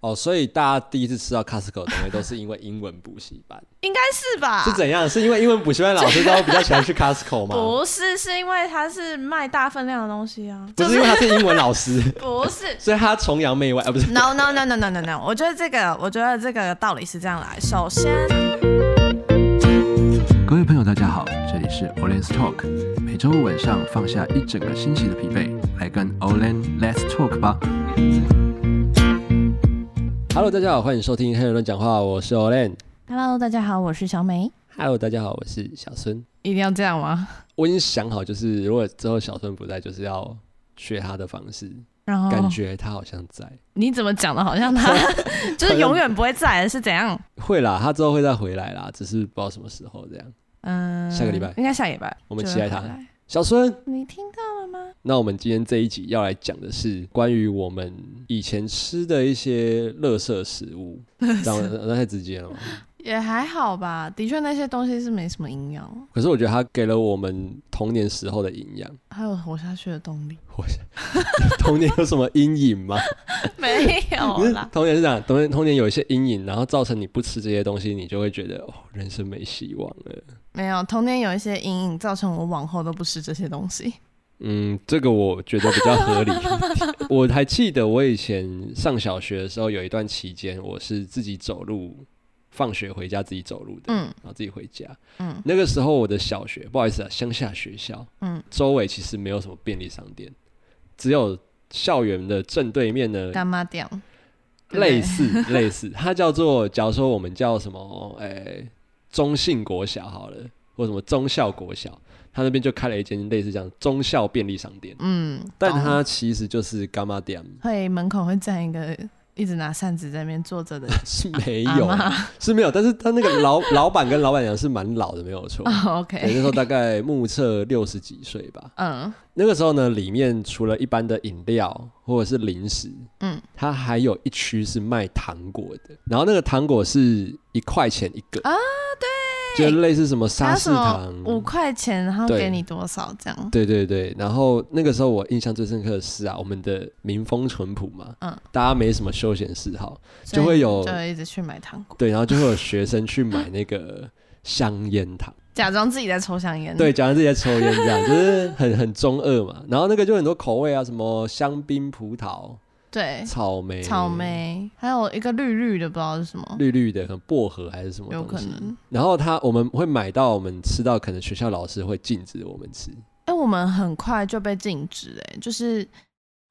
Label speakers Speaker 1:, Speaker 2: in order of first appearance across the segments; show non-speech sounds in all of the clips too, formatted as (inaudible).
Speaker 1: 哦，所以大家第一次吃到 Costco 的东西都是因为英文补习
Speaker 2: (laughs)
Speaker 1: 班，
Speaker 2: 应该是吧？
Speaker 1: 是怎样？是因为英文补习班老师都比较喜欢去 Costco 吗？
Speaker 2: 不是，是因为它是卖大分量的东西啊，
Speaker 1: (laughs) 不
Speaker 2: 就是
Speaker 1: 因为他是英文老
Speaker 2: (laughs)
Speaker 1: 师，
Speaker 2: 不是。
Speaker 1: 所以他崇洋媚外啊，不是？
Speaker 2: No no no no no no no，我觉得这个，我觉得这个道理是这样来。首先，
Speaker 3: 各位朋友，大家好，这里是 Olen's Talk，每周五晚上放下一整个星期的疲惫，来跟 Olen Let's Talk 吧。
Speaker 1: Hello，大家好，欢迎收听《黑人乱讲话》，我是 Olen。
Speaker 2: Hello，大家好，我是小美。
Speaker 1: Hello，大家好，我是小孙。
Speaker 2: 一定要这样吗？
Speaker 1: 我已经想好，就是如果之后小孙不在，就是要学他的方式，
Speaker 2: 然后
Speaker 1: 感觉他好像在。
Speaker 2: 你怎么讲的，好
Speaker 1: (laughs)
Speaker 2: 像他就是永远不会在，是怎样？
Speaker 1: 会啦，他之后会再回来啦，只是不知道什么时候这样。
Speaker 2: 嗯，
Speaker 1: 下个礼拜
Speaker 2: 应该下礼拜，
Speaker 1: 我们期待他
Speaker 2: 就会回来。
Speaker 1: 小孙，
Speaker 2: 你听到了吗？
Speaker 1: 那我们今天这一集要来讲的是关于我们以前吃的一些垃圾食物，这样那太直接了嘛。
Speaker 2: 也还好吧，的确那些东西是没什么营养，
Speaker 1: 可是我觉得它给了我们童年时候的营养。
Speaker 2: 还有活下去的动力。
Speaker 1: 我童年有什么阴影吗？
Speaker 2: (laughs) 没有
Speaker 1: 不是
Speaker 2: 哦啦，
Speaker 1: 童年是这样，童年童年有一些阴影，然后造成你不吃这些东西，你就会觉得哦，人生没希望了。
Speaker 2: 没有。童年有一些阴影，造成我往后都不吃这些东西。
Speaker 1: 嗯，这个我觉得比较合理。我还记得我以前上小学的时候，有一段期间，我是自己走路，放学回家自己走路的，
Speaker 2: 嗯
Speaker 1: 然后自己回家。
Speaker 2: 嗯
Speaker 1: 那个时候我的小学，不好意思啊，乡下学校，
Speaker 2: 嗯，
Speaker 1: 周围其实没有什么便利商店，只有校园的正对面呢，
Speaker 2: 干妈店对不对
Speaker 1: 类似
Speaker 2: (laughs)
Speaker 1: 类似，它叫做，假如说我们叫什么，诶、中信国小好了，或什么中校国小，它那边就开了一间类似这样中校便利商店，
Speaker 2: 嗯，
Speaker 1: 但
Speaker 2: 懂
Speaker 1: 它其实就是干妈店，
Speaker 2: 会门口会站一个一直拿扇子在那边坐着的
Speaker 1: 是没
Speaker 2: 啊阿
Speaker 1: 有
Speaker 2: 嬷。
Speaker 1: 是没有，但是它那个老 (laughs) 老板跟老板娘是蛮老的，没有错。
Speaker 2: 哦
Speaker 1: 对那时
Speaker 2: (laughs) ，OK，
Speaker 1: 候大概目测六十几岁吧，
Speaker 2: 嗯，
Speaker 1: 那个时候呢，里面除了一般的饮料或者是零食，
Speaker 2: 嗯，
Speaker 1: 它还有一区是卖糖果的，然后那个糖果是一块钱一个
Speaker 2: 啊，
Speaker 1: 对，就类似什么
Speaker 2: 还
Speaker 1: 沙
Speaker 2: 有
Speaker 1: 士
Speaker 2: 什么
Speaker 1: 糖，
Speaker 2: 五块钱，然后
Speaker 1: 对
Speaker 2: 给你多少这样？
Speaker 1: 对对对。然后那个时候我印象最深刻的是啊，我们的民风淳朴嘛，
Speaker 2: 嗯，
Speaker 1: 大家没什么休闲嗜好，
Speaker 2: 所以
Speaker 1: 就会有
Speaker 2: 就一直去买糖果，
Speaker 1: 对，然后就会有学生去买那个香烟糖。
Speaker 2: 假装自己在抽香烟。
Speaker 1: 对，，讲到这些抽烟这样，就是很很中二嘛。然后那个就很多口味啊，什么香槟、葡萄、
Speaker 2: 对，
Speaker 1: 草莓、
Speaker 2: 哎草莓，还有一个绿绿的，不知道是什么。
Speaker 1: 绿绿的，可能薄荷还是什么
Speaker 2: 有
Speaker 1: 东
Speaker 2: 可
Speaker 1: 西。
Speaker 2: 能。
Speaker 1: 然后它我们会买到，我们吃到，可能学校老师会禁止我们吃。
Speaker 2: 哎、我们很快就被禁止、哎，就是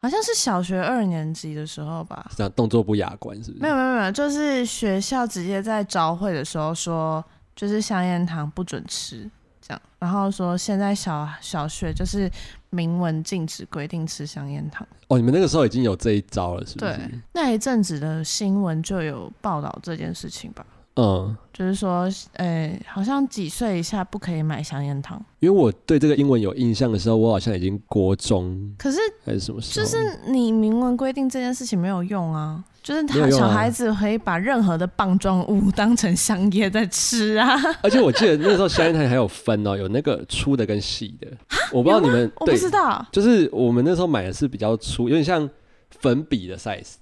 Speaker 2: 好像是小学二年级的时候吧。
Speaker 1: 这样动作不雅观是不是？
Speaker 2: 啊没有没有没有，就是学校直接在招会的时候说，就是香烟糖不准吃这样，然后说现在小小学就是明文禁止规定吃香烟糖。
Speaker 1: 哦，你们那个时候已经有这一招了，是不
Speaker 2: 对
Speaker 1: 是？，
Speaker 2: 那一阵子的新闻就有报道这件事情吧，
Speaker 1: 嗯，
Speaker 2: 就是说，呃、好像几岁以下不可以买香烟糖，
Speaker 1: 因为我对这个英文有印象的时候，我好像已经国中
Speaker 2: 可是
Speaker 1: 还是什么时
Speaker 2: 就
Speaker 1: 候，
Speaker 2: 是你明文规定这件事情没有用啊，就是
Speaker 1: 没
Speaker 2: 他、
Speaker 1: 有用啊
Speaker 2: 小孩子可以把任何的棒状物当成香烟在吃啊。
Speaker 1: 而且我记得那个时候香烟台还有分哦，有那个粗的跟细的，我不知道你们
Speaker 2: 我不
Speaker 1: 对，
Speaker 2: 知道，
Speaker 1: 就是我们那时候买的是比较粗，有点像粉笔的 size。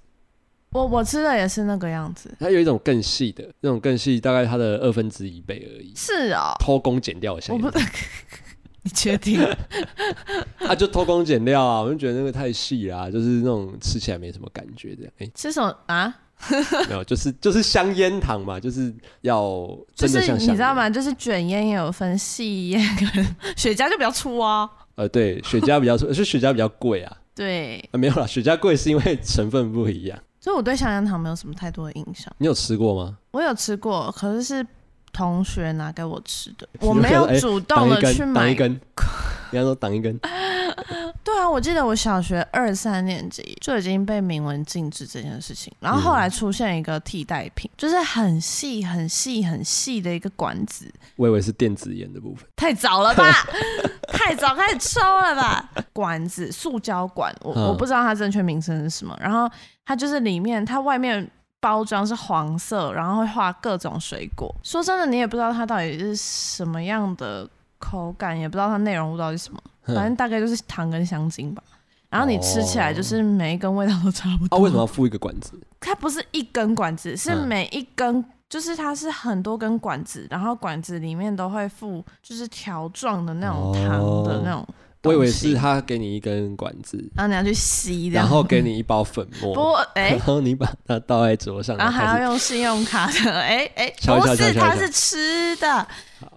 Speaker 2: 我我吃的也是那个样子。
Speaker 1: 它有一种更细的，那种更细大概它的二分之一倍而已，
Speaker 2: 是哦，
Speaker 1: 偷工减料的香
Speaker 2: 我
Speaker 1: 烟
Speaker 2: 不
Speaker 1: 糖。，
Speaker 2: (laughs) 你确定？
Speaker 1: (laughs) 啊，就偷工减料啊，我就觉得那个太细啦、就是那种吃起来没什么感觉这样。
Speaker 2: (laughs)
Speaker 1: 哎、
Speaker 2: (laughs) 吃什么啊？
Speaker 1: 没有，就是就是香烟糖嘛，就是要
Speaker 2: 就
Speaker 1: 真的
Speaker 2: 是
Speaker 1: 像
Speaker 2: 你
Speaker 1: 香烟。
Speaker 2: 知道吗？就是卷烟也有分细烟跟雪茄就比较粗啊。
Speaker 1: 呃，对，雪茄比较粗，是雪茄比较贵啊。
Speaker 2: 对，
Speaker 1: 啊，没有啦，雪茄贵是因为成分不一样。
Speaker 2: 所以我对香烟糖没有什么太多的印象。
Speaker 1: 你有吃过吗？
Speaker 2: 我有吃过，可是是同学拿给我吃的，
Speaker 1: 你
Speaker 2: 我没
Speaker 1: 说
Speaker 2: 有
Speaker 1: 哎
Speaker 2: 主
Speaker 1: 挡
Speaker 2: 动
Speaker 1: 一
Speaker 2: 的去
Speaker 1: 根，挡
Speaker 2: 买
Speaker 1: 一根。你要说挡一根，
Speaker 2: 对啊，我记得我小学二三年级就已经被明文禁止这件事情，然后后
Speaker 1: 嗯
Speaker 2: 来出现一个替代品，就是很细、很细、很细的一个管子，
Speaker 1: 我以为是电子烟的部分。
Speaker 2: (laughs) 太早
Speaker 1: (laughs)
Speaker 2: 了吧，太早开始抽了吧？管子，塑胶管，我、
Speaker 1: 嗯
Speaker 2: 我不知道它正确名称是什么。然后它就是里面，它外面包装是黄色，然后会画各种水果。说真的，你也不知道它到底是什么样的口感，也不知道它内容物到底是什么，
Speaker 1: 哼
Speaker 2: 反正大概就是糖跟香精吧。然后你吃起来就是每一根味道都差不
Speaker 1: 哦啊，
Speaker 2: 多。
Speaker 1: 为什么要附一个管子？
Speaker 2: 它不是一根管子，是
Speaker 1: 嗯
Speaker 2: 每一根，就是它是很多根管子，然后管子里面都会附就是条状的那种糖的那种
Speaker 1: 哦我
Speaker 2: 东西
Speaker 1: 以为是他给你一根管子，
Speaker 2: 然后你要去吸这样，
Speaker 1: 然后给你一包粉
Speaker 2: 不啊
Speaker 1: 末，
Speaker 2: 哎、
Speaker 1: (laughs) 然后你把它倒在桌上，
Speaker 2: 然后还
Speaker 1: 开始
Speaker 2: 要用信用卡的， (laughs) 哎、哎、
Speaker 1: (laughs) 敲一
Speaker 2: 不
Speaker 1: 敲敲
Speaker 2: 是，
Speaker 1: 一敲
Speaker 2: 它是吃的，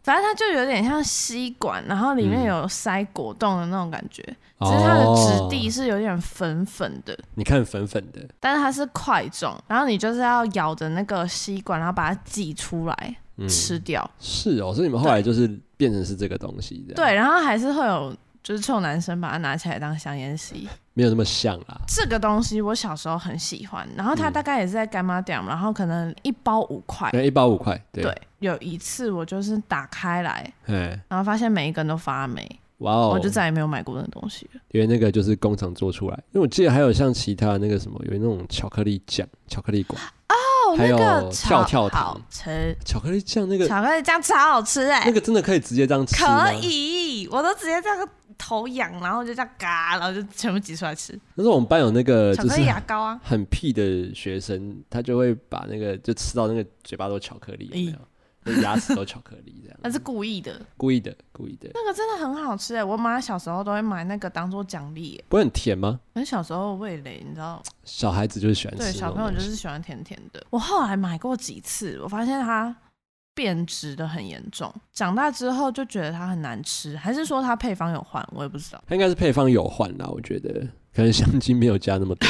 Speaker 2: 反正它就有点像吸管，然后里
Speaker 1: 嗯
Speaker 2: 面有塞果冻的那种感觉，只是它的质地
Speaker 1: 哦，
Speaker 2: 是有点粉粉的，
Speaker 1: 你看粉粉的，
Speaker 2: 但是它是块状，然后你就是要咬着那个吸管，然后把它挤出来、
Speaker 1: 嗯，
Speaker 2: 吃掉，
Speaker 1: 是哦，所以你们后来就是变成是这个东西的，，
Speaker 2: 对，然啊后还是会有就是臭男生把它拿起来当香烟吸。
Speaker 1: 没有那么像啦。
Speaker 2: 这个东西我小时候很喜欢，然后它大概也是在干妈店，然后可能一包五块。
Speaker 1: 对，一包五块，对，
Speaker 2: 对，有一次我就是打开来，
Speaker 1: 哎，
Speaker 2: 然后发现每一根都发霉，
Speaker 1: 哇哦，
Speaker 2: 我就再也没有买过那个东西了。
Speaker 1: 因为那个就是工厂做出来，因为我记得还有像其他那个什么，有那种巧克力酱、巧克力管、
Speaker 2: 哦，
Speaker 1: 还
Speaker 2: 那
Speaker 1: 有
Speaker 2: 个
Speaker 1: 跳
Speaker 2: 超
Speaker 1: 跳糖
Speaker 2: 好吃，
Speaker 1: 巧克力酱那个
Speaker 2: 巧克力酱超好吃哎、
Speaker 1: 那个真的可以直接这样吃吗
Speaker 2: 可。以，我都直接这样头痒，然后就这样嘎，然后就全部挤出来吃。
Speaker 1: 但是我们班有那个
Speaker 2: 巧
Speaker 1: 呃就
Speaker 2: 克
Speaker 1: 是
Speaker 2: 力牙膏啊，
Speaker 1: 很屁的学生，他就会把那个就吃到那个嘴巴都巧克力，有没有？那牙齿都巧克力这样，
Speaker 2: 哎 (laughs) 那是故意的，
Speaker 1: 故意的，故意的。
Speaker 2: 那个真的很好吃哎、我妈小时候都会买那个当做奖励耶，
Speaker 1: 不会很甜吗？
Speaker 2: 很小时候味蕾，你知道，
Speaker 1: 小孩子就是喜欢吃
Speaker 2: 对，
Speaker 1: 那
Speaker 2: 小
Speaker 1: 种
Speaker 2: 朋友
Speaker 1: 东
Speaker 2: 就
Speaker 1: 西，
Speaker 2: 是喜欢甜甜的。我后来买过几次，我发现它变质的很严重。长大之后就觉得它很难吃，还是说它配方有换，我也不知道。
Speaker 1: 他应该是配方有换啦，我觉得可能香精没有加那么
Speaker 2: (laughs)
Speaker 1: 多。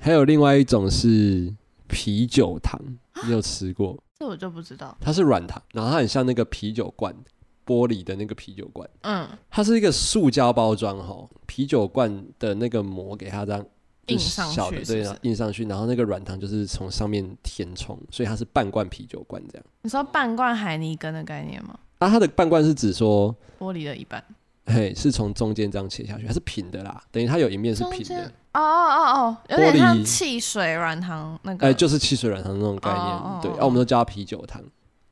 Speaker 1: 还有另外一种是啤酒糖，你有吃过？
Speaker 2: 这我就不知道。
Speaker 1: 它是软糖，然后它很像那个啤酒罐，玻璃的那个啤酒罐，
Speaker 2: 嗯，
Speaker 1: 它是一个塑胶包装哈，啤酒罐的那个膜给它这样就
Speaker 2: 印
Speaker 1: 是
Speaker 2: 上
Speaker 1: 小的
Speaker 2: 去是
Speaker 1: 对，然
Speaker 2: 不是
Speaker 1: 后？印上去，然后那个软糖就是从上面填充，所以它是半罐啤酒罐这样。
Speaker 2: 你说半罐海尼根的概念吗？
Speaker 1: 啊，它的半罐是指说，
Speaker 2: 玻璃的一半。
Speaker 1: 嘿，是从中间这样切下去，它是平的啦，等于它有一面是平
Speaker 2: 中
Speaker 1: 的
Speaker 2: 间，哦哦哦哦，有
Speaker 1: 玻
Speaker 2: 点
Speaker 1: 璃
Speaker 2: 像汽水软糖那个。
Speaker 1: 哎、就是汽水软糖那种概念，
Speaker 2: 哦哦
Speaker 1: 对，
Speaker 2: 哦
Speaker 1: 啊，我们都叫它啤酒糖，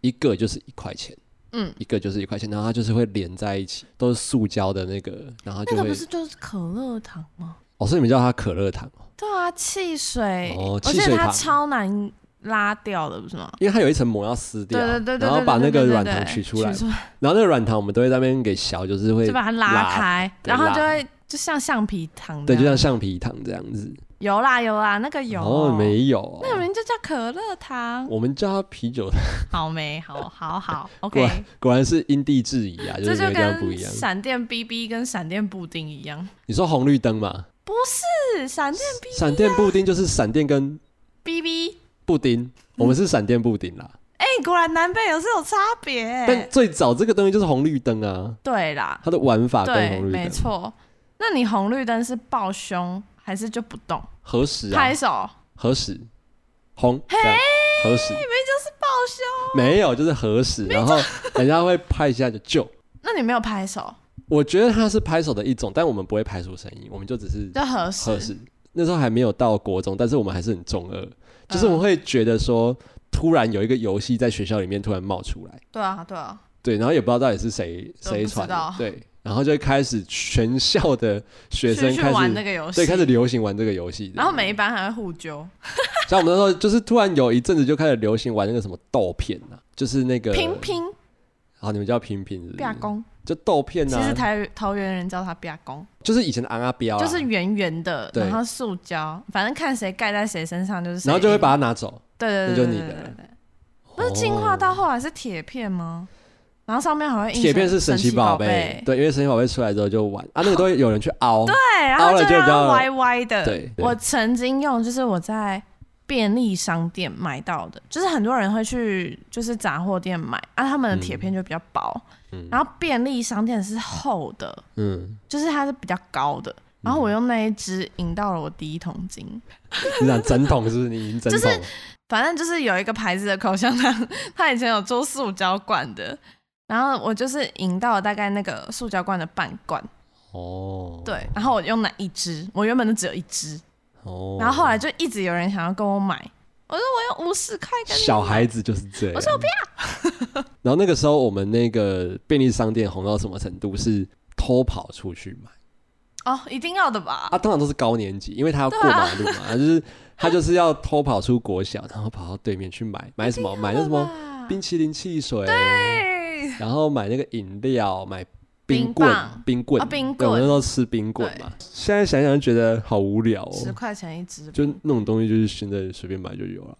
Speaker 1: 一个就是一块钱，
Speaker 2: 嗯，
Speaker 1: 一个就是一块钱，然后它就是会连在一起，都是塑胶的那个，然后它就
Speaker 2: 那个
Speaker 1: 会
Speaker 2: 不是就是可乐糖吗？
Speaker 1: 哦，所以你们叫它可乐糖哦，
Speaker 2: 对啊，汽水，
Speaker 1: 哦
Speaker 2: 而
Speaker 1: 汽水
Speaker 2: 且它
Speaker 1: 糖
Speaker 2: 超难拉掉的，不是吗？
Speaker 1: 因为它有一层膜要撕掉，
Speaker 2: 对对对
Speaker 1: 啊
Speaker 2: 对，
Speaker 1: 然后
Speaker 2: 对
Speaker 1: 把
Speaker 2: 对
Speaker 1: 那
Speaker 2: 对
Speaker 1: 个
Speaker 2: 对
Speaker 1: 软
Speaker 2: 对
Speaker 1: 糖取出来，
Speaker 2: 取
Speaker 1: 然后那个软糖我们都会在那边给削，就是会
Speaker 2: 就把它拉
Speaker 1: 拉
Speaker 2: 开，
Speaker 1: 对
Speaker 2: 然后
Speaker 1: 拉
Speaker 2: 就会就像橡皮糖这
Speaker 1: 对，
Speaker 2: 样，
Speaker 1: 就像橡皮糖这样子。
Speaker 2: 有啦有啦，那个有，
Speaker 1: 哦，没有哦，
Speaker 2: 那个名就叫可乐糖，
Speaker 1: (laughs) 我们叫它啤酒，
Speaker 2: 好没好好
Speaker 1: (laughs)
Speaker 2: 好
Speaker 1: 果
Speaker 2: ，OK，
Speaker 1: 然果然是因地制宜啊，就
Speaker 2: 这
Speaker 1: 是
Speaker 2: 就
Speaker 1: 每个地方不
Speaker 2: 跟
Speaker 1: 一样。
Speaker 2: 闪电 BB 跟闪电布丁一样，
Speaker 1: 你说红绿灯嘛，
Speaker 2: 不是闪电
Speaker 1: 闪电布丁就是闪电跟
Speaker 2: BB，
Speaker 1: 布丁，我们是闪电布丁啦。
Speaker 2: 哎，果然南北有是有差别
Speaker 1: 但
Speaker 2: 欸，
Speaker 1: 最早这个东西就是红绿灯啊，
Speaker 2: 对啦，
Speaker 1: 它的玩法啊跟
Speaker 2: 对，
Speaker 1: 红绿
Speaker 2: 没
Speaker 1: 灯
Speaker 2: 错，那你红绿灯是抱胸还是就不动？
Speaker 1: 何时啊
Speaker 2: 拍？手，
Speaker 1: 何时？红这样何时？
Speaker 2: 明明就是抱胸，
Speaker 1: 没有，就是合十，然后人家会拍一下就救。
Speaker 2: 那你没有拍手，
Speaker 1: 我觉得它是拍手的一种，但我们不会拍出声音，我们就只是
Speaker 2: 就合
Speaker 1: 合
Speaker 2: 适，
Speaker 1: 十。那时候还没有到国中，但是我们还是很中二，就是
Speaker 2: 嗯
Speaker 1: 我们会觉得说，突然有一个游戏在学校里面突然冒出来，
Speaker 2: 对啊对啊，
Speaker 1: 对，然后也不知道到底是谁
Speaker 2: 我
Speaker 1: 谁
Speaker 2: 不知
Speaker 1: 传的
Speaker 2: 道，
Speaker 1: 对，然后就会开始全校的学生
Speaker 2: 去去
Speaker 1: 开
Speaker 2: 玩那
Speaker 1: 始。
Speaker 2: 个游戏，
Speaker 1: 对，开始流行玩这个游戏，
Speaker 2: 然后每一班还会互揪，
Speaker 1: 像我们那时候就是突然有一阵子就开始流行玩那个什么豆片啊，就是那个啊
Speaker 2: 拼，拼
Speaker 1: 好，你们叫拼拼是不是
Speaker 2: 啪公，
Speaker 1: 就豆片
Speaker 2: 其实
Speaker 1: 啊，
Speaker 2: 台桃园人叫它啪公，
Speaker 1: 就是以前的昂阿彪啦，啊
Speaker 2: 就是圆圆的，
Speaker 1: 对
Speaker 2: 然后塑胶，反正看谁盖在谁身上就是谁赢。
Speaker 1: 然后就会把它拿走，
Speaker 2: 对对
Speaker 1: 那就
Speaker 2: 对对
Speaker 1: 你哦
Speaker 2: 对
Speaker 1: 的
Speaker 2: 对对，不是进化到后来是铁片吗？然后上面还会印
Speaker 1: 铁片是
Speaker 2: 神
Speaker 1: 神
Speaker 2: 奇
Speaker 1: 奇宝
Speaker 2: 贝
Speaker 1: 贝，，对，因为神奇宝贝出来之后就玩啊，那个都会有人去凹，
Speaker 2: 对，然
Speaker 1: 凹
Speaker 2: 后
Speaker 1: 了就
Speaker 2: 让
Speaker 1: 比
Speaker 2: 它
Speaker 1: 较
Speaker 2: 歪歪的。
Speaker 1: 对对
Speaker 2: 我曾经用，就是我在便利商店买到的，就是很多人会去就是杂货店买啊，他们的铁片就比较薄，
Speaker 1: 嗯
Speaker 2: 然后便利商店是厚的，
Speaker 1: 嗯，
Speaker 2: 就是它是比较高的。然后我用那一只赢到了我第一桶金，
Speaker 1: 你想整桶是不是？你已经整
Speaker 2: 就
Speaker 1: 桶
Speaker 2: 是，反正就是有一个牌子的口香糖，它以前有做塑胶罐的，然后我就是赢到了大概那个塑胶罐的半罐，
Speaker 1: 哦，
Speaker 2: 对，然后我用那一只，我原本就只有一只，
Speaker 1: 哦，
Speaker 2: 然后后来就一直有人想要跟我买，我说我用五十块跟你
Speaker 1: (laughs)
Speaker 2: 买
Speaker 1: 小孩子就是这样，
Speaker 2: 我说
Speaker 1: 我不要。 (laughs) 然后那个时候我们那个便利商店红到什么程度？是偷跑出去买，
Speaker 2: 哦，一定要的吧？
Speaker 1: 啊，通常都是高年级，因为他要过马路
Speaker 2: 啊
Speaker 1: 嘛，就是他就是要偷跑出国小，然后跑到对面去买买什么，买那什么
Speaker 2: 么
Speaker 1: 冰淇淋、汽水，
Speaker 2: 对，
Speaker 1: 然后买那个饮料，买
Speaker 2: 冰
Speaker 1: 棍
Speaker 2: 棒、
Speaker 1: 冰棍、
Speaker 2: 啊冰
Speaker 1: 对，我那
Speaker 2: 棍
Speaker 1: 时候吃冰棍嘛。现在想想觉得好无聊
Speaker 2: 十
Speaker 1: 哦，
Speaker 2: 块钱一支。
Speaker 1: 就那种东西就是现在随便买就有了。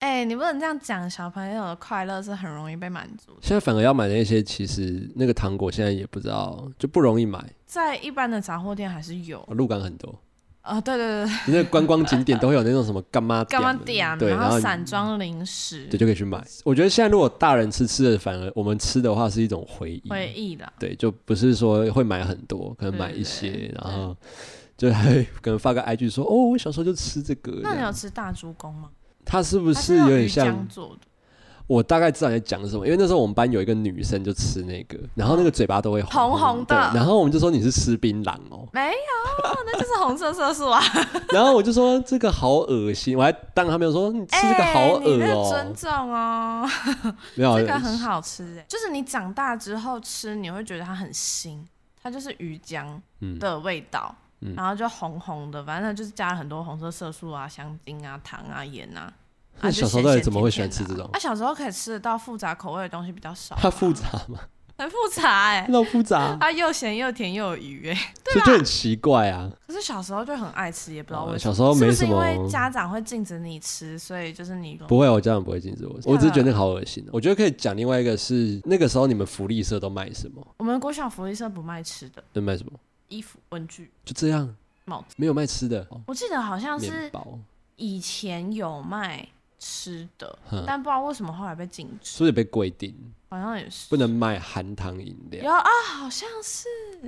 Speaker 2: 哎、你不能这样讲，小朋友的快乐是很容易被满足的。
Speaker 1: 现在反而要买那些，其实那个糖果现在也不知道，就不容易买，
Speaker 2: 在一般的杂货店还是有
Speaker 1: 鹿港很多，
Speaker 2: 啊、对对对对，
Speaker 1: 那个观光景点都会有那种什么干妈
Speaker 2: 干嘛
Speaker 1: 店
Speaker 2: 点
Speaker 1: 嘛，对，
Speaker 2: 然
Speaker 1: 后
Speaker 2: 后
Speaker 1: 你
Speaker 2: 散装零食
Speaker 1: 对，就可以去买。我觉得现在如果大人吃吃的，反而我们吃的话是一种回忆，
Speaker 2: 回忆啦。
Speaker 1: 对，就不是说会买很多，可能买一些，
Speaker 2: 对对对
Speaker 1: 然后就还会可能发个 IG 说，哦，我小时候就吃这个。
Speaker 2: 那
Speaker 1: 这
Speaker 2: 你有
Speaker 1: 样
Speaker 2: 吃大猪公吗？
Speaker 1: 它是不
Speaker 2: 它
Speaker 1: 是
Speaker 2: 用
Speaker 1: 有
Speaker 2: 鱼
Speaker 1: 点
Speaker 2: 浆
Speaker 1: 像？
Speaker 2: 做的，
Speaker 1: 我大概知道你在讲什么，因为那时候我们班有一个女生就吃那个，然后那个嘴巴都会红
Speaker 2: 哦红
Speaker 1: 红
Speaker 2: 红的
Speaker 1: 对然后我们就说你是吃槟榔哦，
Speaker 2: 没有，那就是红色色素
Speaker 1: (laughs)
Speaker 2: 啊。
Speaker 1: 然后我就说这个好恶心，我还当他们说你吃这个好
Speaker 2: 哎你
Speaker 1: 恶
Speaker 2: 那
Speaker 1: 哦、
Speaker 2: 尊重哦，
Speaker 1: 没有
Speaker 2: 这个很好吃哎，就是你长大之后吃，你会觉得它很腥，它就是鱼浆
Speaker 1: 嗯
Speaker 2: 的味道，
Speaker 1: 嗯
Speaker 2: 然后就红红的，反正它就是加了很多红色色素啊、香精啊、糖啊、盐啊。
Speaker 1: 那
Speaker 2: 啊
Speaker 1: 小
Speaker 2: 就
Speaker 1: 时候
Speaker 2: 咸
Speaker 1: 到底
Speaker 2: 咸
Speaker 1: 怎么会
Speaker 2: 甜甜
Speaker 1: 喜欢吃
Speaker 2: 的
Speaker 1: 这
Speaker 2: 啊
Speaker 1: 种
Speaker 2: 啊，小时候可以吃得到复杂口味的东西比较少啊，
Speaker 1: 它复杂吗？
Speaker 2: 很复杂 (laughs) 哎、
Speaker 1: 那复杂，
Speaker 2: 它又咸又甜又有鱼哎、
Speaker 1: 所以就很奇怪啊。
Speaker 2: (laughs) 可是小时候就很爱吃，也不知道为
Speaker 1: 啊
Speaker 2: 什
Speaker 1: 小
Speaker 2: 么。
Speaker 1: 时候
Speaker 2: 是
Speaker 1: 没
Speaker 2: 不
Speaker 1: 什
Speaker 2: 是因
Speaker 1: 么，
Speaker 2: 为家长会禁止你吃，所以就是你
Speaker 1: 不会，啊我家长不会禁止我，
Speaker 2: 啊
Speaker 1: 我只是觉得那个好恶心。哦我觉得可以讲另外一个是，那个时候你们福利社都卖什么？
Speaker 2: 我们国小福利社不卖吃的，
Speaker 1: 都卖什么？
Speaker 2: 衣服、文具、
Speaker 1: 就这样，
Speaker 2: 帽子。
Speaker 1: 没有卖吃的，哦
Speaker 2: 我记得好像
Speaker 1: 面
Speaker 2: 是
Speaker 1: 包，
Speaker 2: 以前有卖吃的，
Speaker 1: 哼，
Speaker 2: 但不知道为什么后来被禁止，
Speaker 1: 是不是被规定
Speaker 2: 好像也是
Speaker 1: 不能卖含糖饮料？
Speaker 2: 有啊，好像是。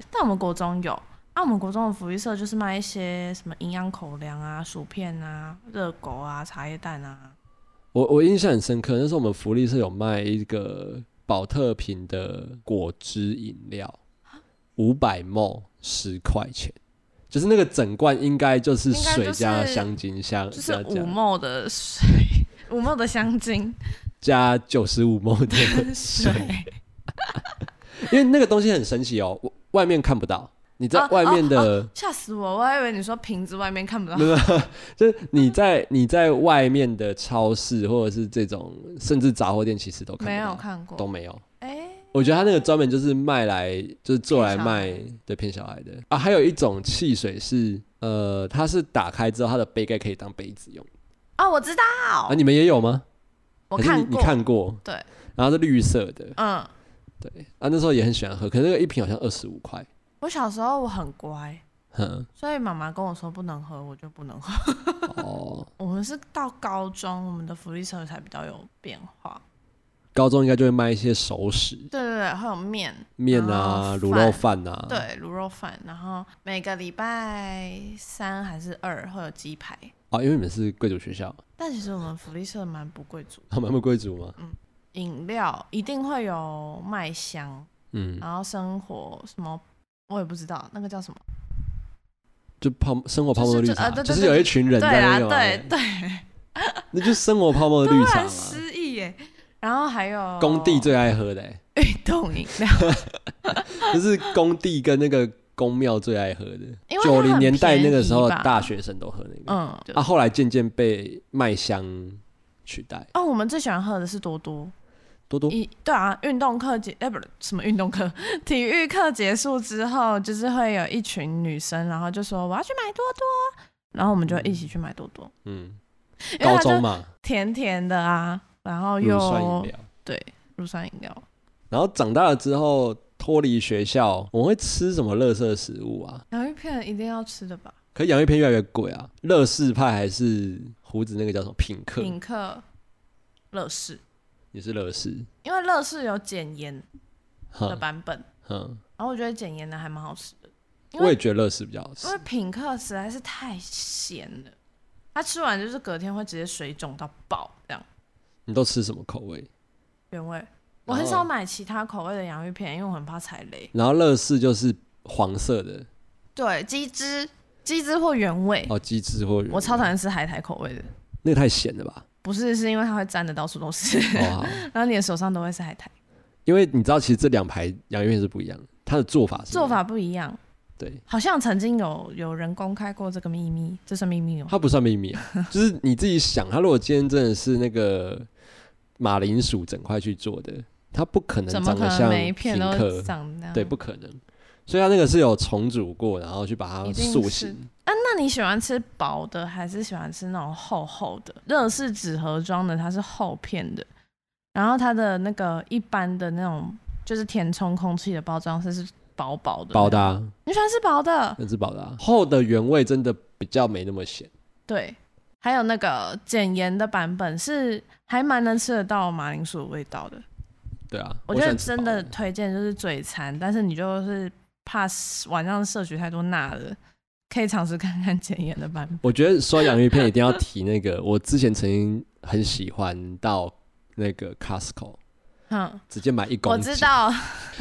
Speaker 2: 但我们国中有啊，我们国中的福利社就是卖一些什么营养口粮啊、薯片啊、热狗啊、茶叶蛋啊。
Speaker 1: 我我印象很深刻，那时候我们福利社有卖一个宝特瓶的果汁饮料，五百 ml 十块钱。就是那个整罐应该就是
Speaker 2: 应该就
Speaker 1: 水加
Speaker 2: 是
Speaker 1: 香精香，
Speaker 2: 就是
Speaker 1: 加
Speaker 2: 五
Speaker 1: 加
Speaker 2: 毛的水， (laughs) 五毛的香精
Speaker 1: 加九十五 ml
Speaker 2: (laughs)
Speaker 1: 的
Speaker 2: 水，
Speaker 1: 因为那个东西很神奇哦，我外面看不到，你在
Speaker 2: 哦哦
Speaker 1: 外面的，
Speaker 2: (laughs) 吓死我！我还以为你说瓶子外面看不到
Speaker 1: 没，有，就是你在你在外面的超市或者是这种甚至杂货店，其实都看不到
Speaker 2: 没有看过
Speaker 1: 都。没有。
Speaker 2: 哎，
Speaker 1: 我觉得他那个专门就是卖来就是做来
Speaker 2: 骗小孩
Speaker 1: 卖对骗小孩的啊，还有一种汽水是呃，它是打开之后它的杯盖可以当杯子用
Speaker 2: 哦，我知道，
Speaker 1: 啊，你们也有吗？
Speaker 2: 我
Speaker 1: 还是
Speaker 2: 看
Speaker 1: 你你
Speaker 2: 过，
Speaker 1: 看过
Speaker 2: 对，
Speaker 1: 然后是绿色的
Speaker 2: 嗯，
Speaker 1: 对啊，那时候也很喜欢喝，可是那个一瓶好像二十五块，
Speaker 2: 我小时候我很乖，
Speaker 1: 哼
Speaker 2: 所以妈妈跟我说不能喝，我就不能喝。
Speaker 1: 哦，
Speaker 2: 我们是到高中，我们的福利社才比较有变化。
Speaker 1: 高中应该就会卖一些熟食，
Speaker 2: 对对对，会有面，
Speaker 1: 面啊、
Speaker 2: 然后
Speaker 1: 卤肉饭啊，，
Speaker 2: 对，卤肉饭，然后每个礼拜三还是二会有鸡排。
Speaker 1: 啊，因为你们是贵族学校，
Speaker 2: 但其实我们福利社蛮不贵族，
Speaker 1: 他们还没贵族嘛，
Speaker 2: 饮料一定会有麦香，
Speaker 1: 嗯，
Speaker 2: 然后生活什么我也不知道那个叫什么。
Speaker 1: 就泡生活泡沫
Speaker 2: 就是
Speaker 1: 绿
Speaker 2: 就
Speaker 1: 茶，
Speaker 2: 呃对对
Speaker 1: 就是
Speaker 2: 对
Speaker 1: 有一群人
Speaker 2: 对
Speaker 1: 在那
Speaker 2: 啦，
Speaker 1: 个嘛，啊
Speaker 2: 对啊对，
Speaker 1: 那就是生活泡沫绿
Speaker 2: 突
Speaker 1: 茶
Speaker 2: 然
Speaker 1: 嘛，
Speaker 2: 失忆耶。然后还有
Speaker 1: 工地最爱喝的欸、
Speaker 2: 运动饮料，
Speaker 1: (laughs) 就是工地跟那个公庙最爱喝的
Speaker 2: 因为，它
Speaker 1: 九零
Speaker 2: 很
Speaker 1: 年代那个时候
Speaker 2: 便宜吧
Speaker 1: 大学生都喝那个，
Speaker 2: 嗯，就
Speaker 1: 啊，后来渐渐被麦香取代，
Speaker 2: 哦，我们最喜欢喝的是多多。
Speaker 1: 多多
Speaker 2: 一对啊，运动课结哎，不是什么运动课， (laughs) 体育课结束之后，就是会有一群女生，然后就说我要去买多多，然后我们就一起去买多多，
Speaker 1: 嗯，
Speaker 2: 因为
Speaker 1: 高
Speaker 2: 它就
Speaker 1: 中嘛，
Speaker 2: 甜甜的啊，然后又
Speaker 1: 乳酸饮料。
Speaker 2: 乳酸饮料，
Speaker 1: 然后长大了之后脱离学校，我们会吃什么垃圾食物啊？
Speaker 2: 洋芋片一定要吃的吧？
Speaker 1: 可洋芋片越来越贵啊，乐事派还是胡子那个叫什么品客？
Speaker 2: 品客乐事，
Speaker 1: 也是乐事，
Speaker 2: 因为乐事有减盐的
Speaker 1: 哼
Speaker 2: 版本，
Speaker 1: 哼，
Speaker 2: 然后我觉得减盐的还蛮好吃的，因为
Speaker 1: 我也觉得乐事比较好吃
Speaker 2: 因为。品客实在是太咸了，他吃完就是隔天会直接水肿到爆这样。
Speaker 1: 你都吃什么口味？
Speaker 2: 原味。我
Speaker 1: 然
Speaker 2: 很
Speaker 1: 后
Speaker 2: 少买其他口味的洋芋片，因为我很怕踩雷。
Speaker 1: 然后乐事就是黄色的
Speaker 2: 对，鸡汁、鸡汁或原味，
Speaker 1: 哦，鸡翅或原味
Speaker 2: 我超讨厌吃海苔口味的。
Speaker 1: 那个太咸了
Speaker 2: (laughs)
Speaker 1: 吧？
Speaker 2: 不是，是因为它会沾的到处都是，
Speaker 1: 哦，好
Speaker 2: (laughs) 然后你的手上都会是海苔。
Speaker 1: 因为你知道，其实这两排洋芋片是不一样的，它的做法是不一样
Speaker 2: 做法不一样，
Speaker 1: 对，
Speaker 2: 好像曾经有有人公开过这个秘密，这是秘密哦。
Speaker 1: 它不算秘密
Speaker 2: (laughs)
Speaker 1: 啊，就是你自己想，它如果今天真的是那个马铃薯整块去做的，它不可
Speaker 2: 怎
Speaker 1: 能
Speaker 2: 么
Speaker 1: 长
Speaker 2: 可
Speaker 1: 得
Speaker 2: 能
Speaker 1: 像
Speaker 2: 每一片
Speaker 1: 皮
Speaker 2: 都
Speaker 1: 克，
Speaker 2: 长那样？
Speaker 1: 对，不可能。所以它那个是有重组过，然后去把它
Speaker 2: 一定
Speaker 1: 塑
Speaker 2: 是啊
Speaker 1: 形。
Speaker 2: 那你喜欢吃薄的，还是喜欢吃那种厚厚的？乐事纸盒装的，它是厚片的，然后它的那个一般的那种就是填充空气的包装是是薄薄的。
Speaker 1: 薄的、。啊，
Speaker 2: 你喜欢吃薄的？
Speaker 1: 那是薄的、啊，厚的原味真的比较没那么咸。
Speaker 2: 对。还有那个减盐的版本是还蛮能吃得到马铃薯的味道的，
Speaker 1: 对啊，我
Speaker 2: 我觉
Speaker 1: 喜
Speaker 2: 得
Speaker 1: 欢吃
Speaker 2: 真
Speaker 1: 薄
Speaker 2: 的推荐就是嘴馋，但是你就是怕晚上摄取太多钠了，可以尝试看看减盐的版本。
Speaker 1: 我觉得说洋芋片一定要提那个， (laughs) 我之前曾经很喜欢到那个 Costco
Speaker 2: 嗯，
Speaker 1: 直接买一
Speaker 2: 我
Speaker 1: 公斤，
Speaker 2: 知，道，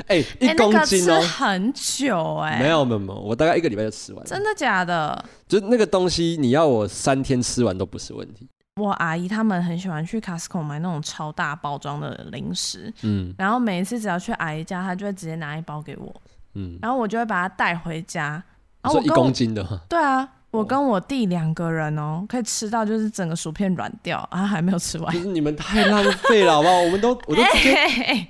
Speaker 1: 哎、
Speaker 2: 哎，
Speaker 1: 一公斤哦、
Speaker 2: 那个、吃很久哎、
Speaker 1: 没，有没有没有，我大概一个礼拜就吃完了。
Speaker 2: 真的假的？
Speaker 1: 就是那个东西，你要我三天吃完都不是问题。
Speaker 2: 我阿姨他们很喜欢去 Costco 买那种超大包装的零食，
Speaker 1: 嗯
Speaker 2: 然后每一次只要去阿姨家，她就会直接拿一包给我，
Speaker 1: 嗯，
Speaker 2: 然后我就会把它带回家。
Speaker 1: 你
Speaker 2: 然后
Speaker 1: 说
Speaker 2: 我
Speaker 1: 一
Speaker 2: 跟
Speaker 1: 公
Speaker 2: 我
Speaker 1: 斤的哦话，
Speaker 2: 对啊，我跟我弟两个人哦，可以吃到就是整个薯片软掉，啊还没有吃完
Speaker 1: 就。是你们太浪费
Speaker 2: (laughs)
Speaker 1: 了，好不好？我们都我都直接
Speaker 2: 哎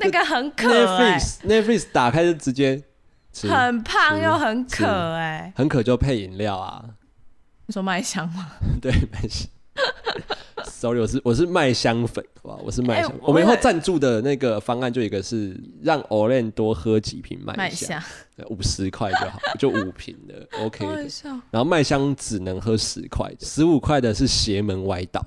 Speaker 2: 那个很可爱，
Speaker 1: Netflix Netflix 打开就直接吃，
Speaker 2: 哎很胖
Speaker 1: 吃
Speaker 2: 又很
Speaker 1: 吃
Speaker 2: 可爱。
Speaker 1: 很渴就配饮料啊。
Speaker 2: 你说麦香吗？
Speaker 1: (laughs) 对，没事。Sorry，我是我是麦香粉，好吧，我是麦
Speaker 2: 哎
Speaker 1: 香粉。
Speaker 2: 我
Speaker 1: 我们以后
Speaker 2: 也
Speaker 1: 赞助的那个方案就一个是让 Olen 多喝几瓶麦
Speaker 2: 麦
Speaker 1: 香，
Speaker 2: 香，
Speaker 1: 五十块就好，就五瓶的
Speaker 2: (laughs)
Speaker 1: OK
Speaker 2: 好
Speaker 1: 的
Speaker 2: 好。笑
Speaker 1: 然后麦香只能喝十块，十五块的是邪门歪倒，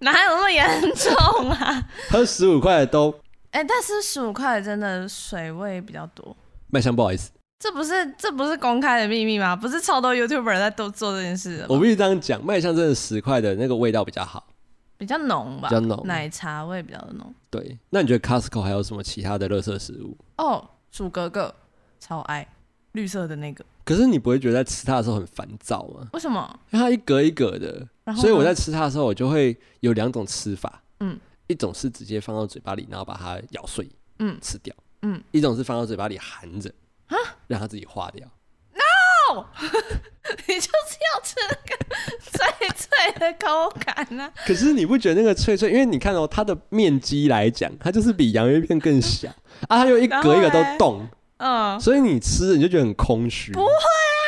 Speaker 2: 哪有那么严重啊？
Speaker 1: 喝十五块的都
Speaker 2: 哎、但是十五块真的水味比较多，
Speaker 1: 麦香不好意思，
Speaker 2: 这不是这不是公开的秘密吗？不是超多 YouTuber 在都做这件事的吗
Speaker 1: 我必须这样讲，麦香真的十块的那个味道比较好。
Speaker 2: 比较浓吧，
Speaker 1: 比较浓
Speaker 2: 奶茶味比较浓。
Speaker 1: 对，那你觉得 Costco 还有什么其他的垃圾食物？
Speaker 2: 哦，薯格格超爱绿色的那个，
Speaker 1: 可是你不会觉得在吃它的时候很烦躁吗？
Speaker 2: 为什么？ (laughs)
Speaker 1: 因为它一格一格的，
Speaker 2: 然后呢
Speaker 1: 所以我在吃它的时候，我就会有两种吃法，
Speaker 2: 嗯，
Speaker 1: 一种是直接放到嘴巴里，然后把它咬碎，
Speaker 2: 嗯
Speaker 1: 吃掉，
Speaker 2: 嗯，啊
Speaker 1: 一种是放到嘴巴里含着，让它自己化掉。
Speaker 2: 你就是要吃那个脆脆的口感啊呢、
Speaker 1: 可是你不觉得那个脆脆？因为你看哦，它的面积来讲，它就是比洋芋片更
Speaker 2: (laughs)
Speaker 1: 小啊，它又一格一格都动，
Speaker 2: 嗯，
Speaker 1: 所以你吃你就觉得很空虚。不会啊，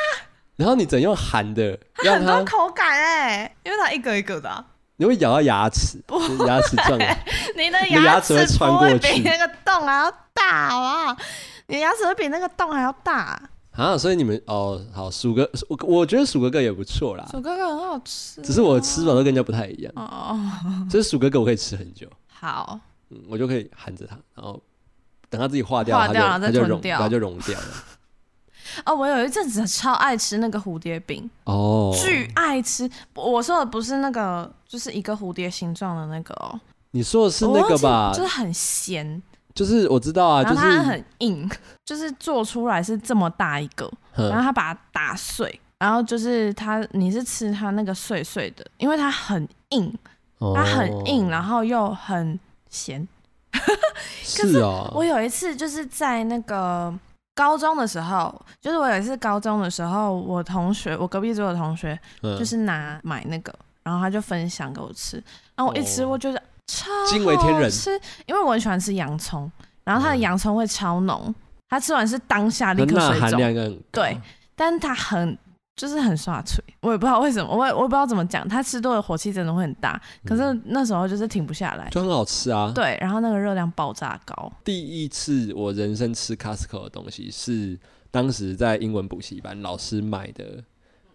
Speaker 1: 然后你只能用含的，
Speaker 2: 它
Speaker 1: 让
Speaker 2: 很
Speaker 1: 它
Speaker 2: 多口感哎、因为它一个一个的啊、
Speaker 1: 你会咬到牙齿，就是牙齿撞。
Speaker 2: 你的
Speaker 1: 你的牙
Speaker 2: 牙
Speaker 1: 齿会穿
Speaker 2: 不
Speaker 1: 过
Speaker 2: 会
Speaker 1: 去
Speaker 2: 比那个洞还要大，好不好？你的牙齿会比那个洞还要大。
Speaker 1: 啊，所以你们哦，好数个，我我觉得数个个也不错啦，
Speaker 2: 鼠哥哥很好吃、
Speaker 1: 只是我吃法都跟人家不太一样，
Speaker 2: 哦，
Speaker 1: 所以数个个我可以吃很久，
Speaker 2: 好，
Speaker 1: 嗯，我就可以含着它，然后等它自己化掉，它
Speaker 2: 化
Speaker 1: 就
Speaker 2: 掉然后再
Speaker 1: 它就
Speaker 2: 吞
Speaker 1: 溶，
Speaker 2: 掉
Speaker 1: 它就溶掉
Speaker 2: (laughs)
Speaker 1: 了。
Speaker 2: 哦，我有一阵子超爱吃那个蝴蝶饼，
Speaker 1: 哦，
Speaker 2: 巨爱吃。我说的不是那个，就是一个蝴蝶形状的那个哦，
Speaker 1: 你说的是
Speaker 2: 我
Speaker 1: 那
Speaker 2: 忘
Speaker 1: 个
Speaker 2: 记
Speaker 1: 吧？
Speaker 2: 就是很咸，
Speaker 1: 就是我知道啊，
Speaker 2: 然
Speaker 1: 就
Speaker 2: 后它
Speaker 1: 是
Speaker 2: 很硬，就是做出来是这么大一个，然后
Speaker 1: 嗯
Speaker 2: 它把它打碎，然后就是它你是吃它那个碎碎的，因为它很硬，它很硬，
Speaker 1: 哦
Speaker 2: 然后又很咸。
Speaker 1: 是
Speaker 2: 我
Speaker 1: 哦，
Speaker 2: 有一次就是在那个高中的时候，就是我有一次高中的时候，我同学，我隔壁桌的同学，就
Speaker 1: 嗯
Speaker 2: 是拿买那个，然后他就分享给我吃，然后我一吃，
Speaker 1: 哦
Speaker 2: 我觉得超
Speaker 1: 惊为天人
Speaker 2: 好吃，因为我很喜欢吃洋葱，然后它的
Speaker 1: 嗯
Speaker 2: 洋葱会超浓，它吃完是当下立
Speaker 1: 那
Speaker 2: 刻
Speaker 1: 钠
Speaker 2: 水
Speaker 1: 含
Speaker 2: 肿，
Speaker 1: 量更高
Speaker 2: 对，但它很。就是很刷脆，我也不知道为什么，我也我也不知道怎么讲，它吃多了火气真的会很大，可是
Speaker 1: 嗯
Speaker 2: 那时候就是停不下来，
Speaker 1: 就很好吃啊。
Speaker 2: 对，然后那个热量爆炸高，
Speaker 1: 第一次我人生吃 Costco 的东西是当时在英文补习班老师买的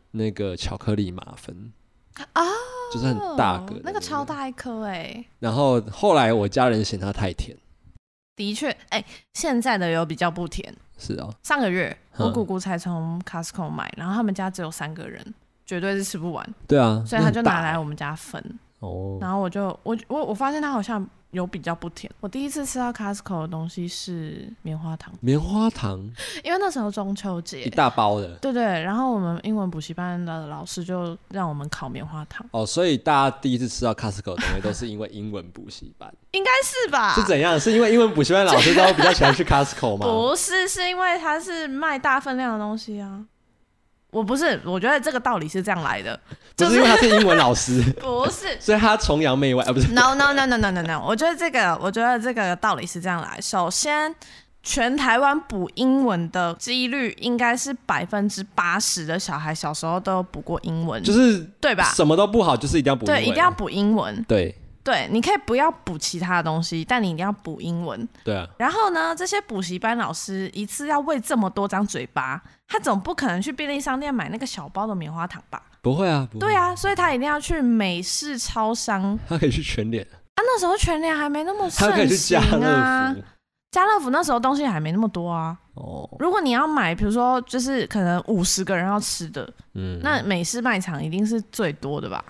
Speaker 1: 那个巧克力马芬
Speaker 2: 啊，
Speaker 1: 就是很大个的
Speaker 2: 哦那个超。大一颗哎、
Speaker 1: 然后后来我家人嫌它太甜，
Speaker 2: 的确哎、现在的有比较不甜。
Speaker 1: 是啊，
Speaker 2: 上个月
Speaker 1: 嗯
Speaker 2: 我姑姑才从 Costco 买，然后他们家只有三个人，绝对是吃不完，
Speaker 1: 对啊，
Speaker 2: 所以他就
Speaker 1: 那很大
Speaker 2: 拿来
Speaker 1: 欸
Speaker 2: 我们家分。
Speaker 1: 哦，
Speaker 2: 然后我就我我我发现它好像有比较不甜。我第一次吃到 Costco 的东西是棉花糖，
Speaker 1: 棉花糖
Speaker 2: 因为那时候中秋
Speaker 1: 一
Speaker 2: 节，
Speaker 1: 大包的
Speaker 2: 对对。然后我们英文补习班的老师就让我们烤棉花糖，
Speaker 1: 哦，所以大家第一次吃到 Costco 的东西都是因为英文补习班，
Speaker 2: 应该是吧？
Speaker 1: 是怎样？是因为英文补习班老师都比较喜欢去 Costco 吗？
Speaker 2: 不是，是因为它是卖大分量的东西啊。我不是，我觉得这个道理是这样来的，
Speaker 1: 不
Speaker 2: 就是
Speaker 1: 因为他是英文老师，
Speaker 2: (laughs) 不是。
Speaker 1: 所以他崇洋媚外啊，不是？
Speaker 2: No no no no no no no，我觉得这个，我觉得这个道理是这样来。首先，全台湾补英文的几率应该是百分之八十的小孩小时候都有补过英文，
Speaker 1: 就是
Speaker 2: 对吧？
Speaker 1: 什么都不好，就是一定要补英
Speaker 2: 对，
Speaker 1: 文，啊
Speaker 2: 一定要补英文。
Speaker 1: 对
Speaker 2: 对，你可以不要补其他的东西，但你一定要补英文。
Speaker 1: 对啊，
Speaker 2: 然后呢，这些补习班老师一次要喂这么多张嘴巴，他总不可能去便利商店买那个小包的棉花糖吧？
Speaker 1: 不会啊，不会
Speaker 2: 对，啊，所以他一定要去美式超商。啊，
Speaker 1: 他可以去全脸，那
Speaker 2: 那时候全联还没那么盛
Speaker 1: 他可以去
Speaker 2: 行
Speaker 1: 家乐
Speaker 2: 啊
Speaker 1: 福，。
Speaker 2: 家乐福那时候东西还没那么多啊。
Speaker 1: 哦，
Speaker 2: 如果你要买，比如说就是可能五十个人要吃的，
Speaker 1: 嗯，
Speaker 2: 那美式卖场一定是最多的吧？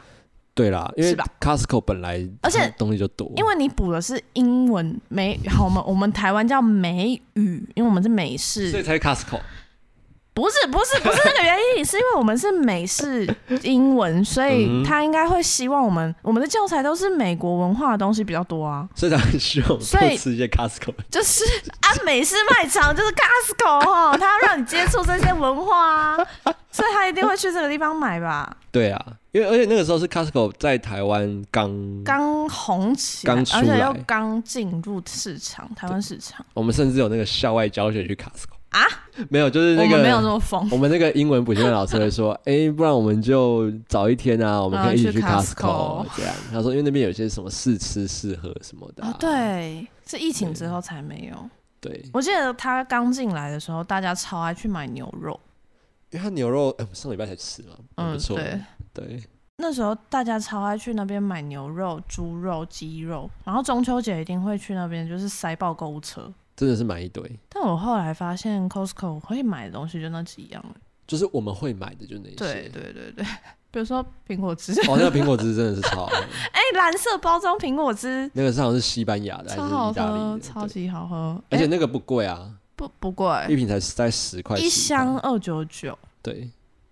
Speaker 1: 对啦，因为
Speaker 2: 是吧
Speaker 1: Costco 本来
Speaker 2: 而且
Speaker 1: 它东西就多，
Speaker 2: 因为你补的是英文美，好，我们我们台湾叫美语，因为我们是美式
Speaker 1: 所以才是 Costco
Speaker 2: 不是不是不是那个原因，是因为我们是美式英文，所以他应该会希望我们我们的教材都是美国文化的东西比较多啊，
Speaker 1: 所以他很希望我们
Speaker 2: 所以
Speaker 1: 多吃一些 Costco 的
Speaker 2: 就是啊美式卖场就是 Costco 哦，他要让你接触这些文化啊，所以他一定会去这个地方买吧。
Speaker 1: 对啊，因为而且那个时候是 Costco 在台湾刚，
Speaker 2: 刚红起来，
Speaker 1: 刚出来
Speaker 2: 而且又刚进入市场，台湾市场
Speaker 1: 我们甚至有那个校外教学去 Costco
Speaker 2: 啊，
Speaker 1: 没有，就是那
Speaker 2: 我
Speaker 1: 个
Speaker 2: 们没有那么疯。
Speaker 1: 我们那个英文补习班老师会
Speaker 2: (laughs)
Speaker 1: 说，哎、不然我们就早一天啊，我们可以一起
Speaker 2: 去
Speaker 1: Costco
Speaker 2: Costco
Speaker 1: 这样。他说，因为那边有些什么试吃试喝什么的、啊
Speaker 2: 哦，对，是疫情之后才没有。
Speaker 1: 对，
Speaker 2: 我记得他刚进来的时候，大家超爱去买牛肉。
Speaker 1: 因为他牛肉，哎、我们上礼拜才吃嘛，还不
Speaker 2: 嗯，
Speaker 1: 错、
Speaker 2: 对，
Speaker 1: 对，
Speaker 2: 那时候大家超爱去那边买牛肉、猪肉、鸡肉，然后中秋节一定会去那边，就是塞爆购物车。
Speaker 1: 真的是买一堆，
Speaker 2: 但我后来发现 Costco 会买的东西就那几样了。
Speaker 1: 就是我们会买的就那些。
Speaker 2: 对对对对， (laughs) 比如说苹果汁，
Speaker 1: 哦，那个苹果汁真的是超好喝，
Speaker 2: (laughs) 哎、蓝色包装苹果汁
Speaker 1: 那个是好像是西班牙的还是
Speaker 2: 超
Speaker 1: 意
Speaker 2: 好
Speaker 1: 大利的
Speaker 2: 喝，
Speaker 1: 对，
Speaker 2: 超级好喝，
Speaker 1: 而且
Speaker 2: 哎
Speaker 1: 那个不贵啊，
Speaker 2: 不不贵
Speaker 1: 一，瓶才才十块，
Speaker 2: 一
Speaker 1: 10块
Speaker 2: 箱二九九。
Speaker 1: 对，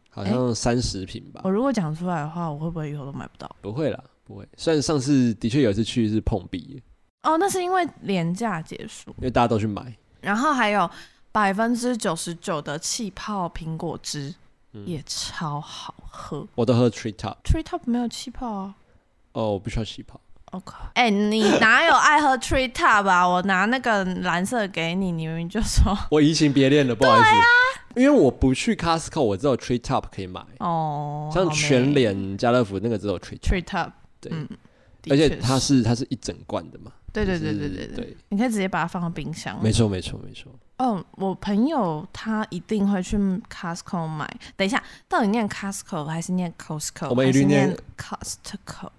Speaker 1: 好像三十瓶吧
Speaker 2: 我，如果讲出来的话，我会不会以后都买不到？
Speaker 1: 不会啦，不会。虽然上次的确有一次去是碰壁，
Speaker 2: 哦，那是因为廉价结束，
Speaker 1: 因为大家都去买，
Speaker 2: 然后还有百分之九十九的气泡苹果汁、
Speaker 1: 嗯
Speaker 2: 也超好喝。
Speaker 1: 我都喝 Tree Top，
Speaker 2: Tree Top 没有气泡啊。
Speaker 1: 哦，我不需要气泡，
Speaker 2: OK，哎、你哪有爱喝 Tree Top 啊？我拿那个蓝色给你，你明明就说
Speaker 1: 我移情别恋了，不好意思，因为我不去 Costco，我只有 Tree Top 可以买，
Speaker 2: 哦，
Speaker 1: 像
Speaker 2: 好没
Speaker 1: 全联、家乐福那个只有 Tree Top，
Speaker 2: Tree Top，
Speaker 1: 对
Speaker 2: 嗯，的
Speaker 1: 而且
Speaker 2: 确
Speaker 1: 它是它是一整罐的嘛，
Speaker 2: 对对
Speaker 1: 就
Speaker 2: 对
Speaker 1: 是
Speaker 2: 对对对，
Speaker 1: 对，
Speaker 2: 你可以直接把它放到冰箱。
Speaker 1: 没错没错没错，
Speaker 2: 哦，我朋友他一定会去 Costco 买。等一下，到底念 Costco 还是念 Costco？
Speaker 1: 我们一律
Speaker 2: 还是
Speaker 1: 念
Speaker 2: 念 Costco。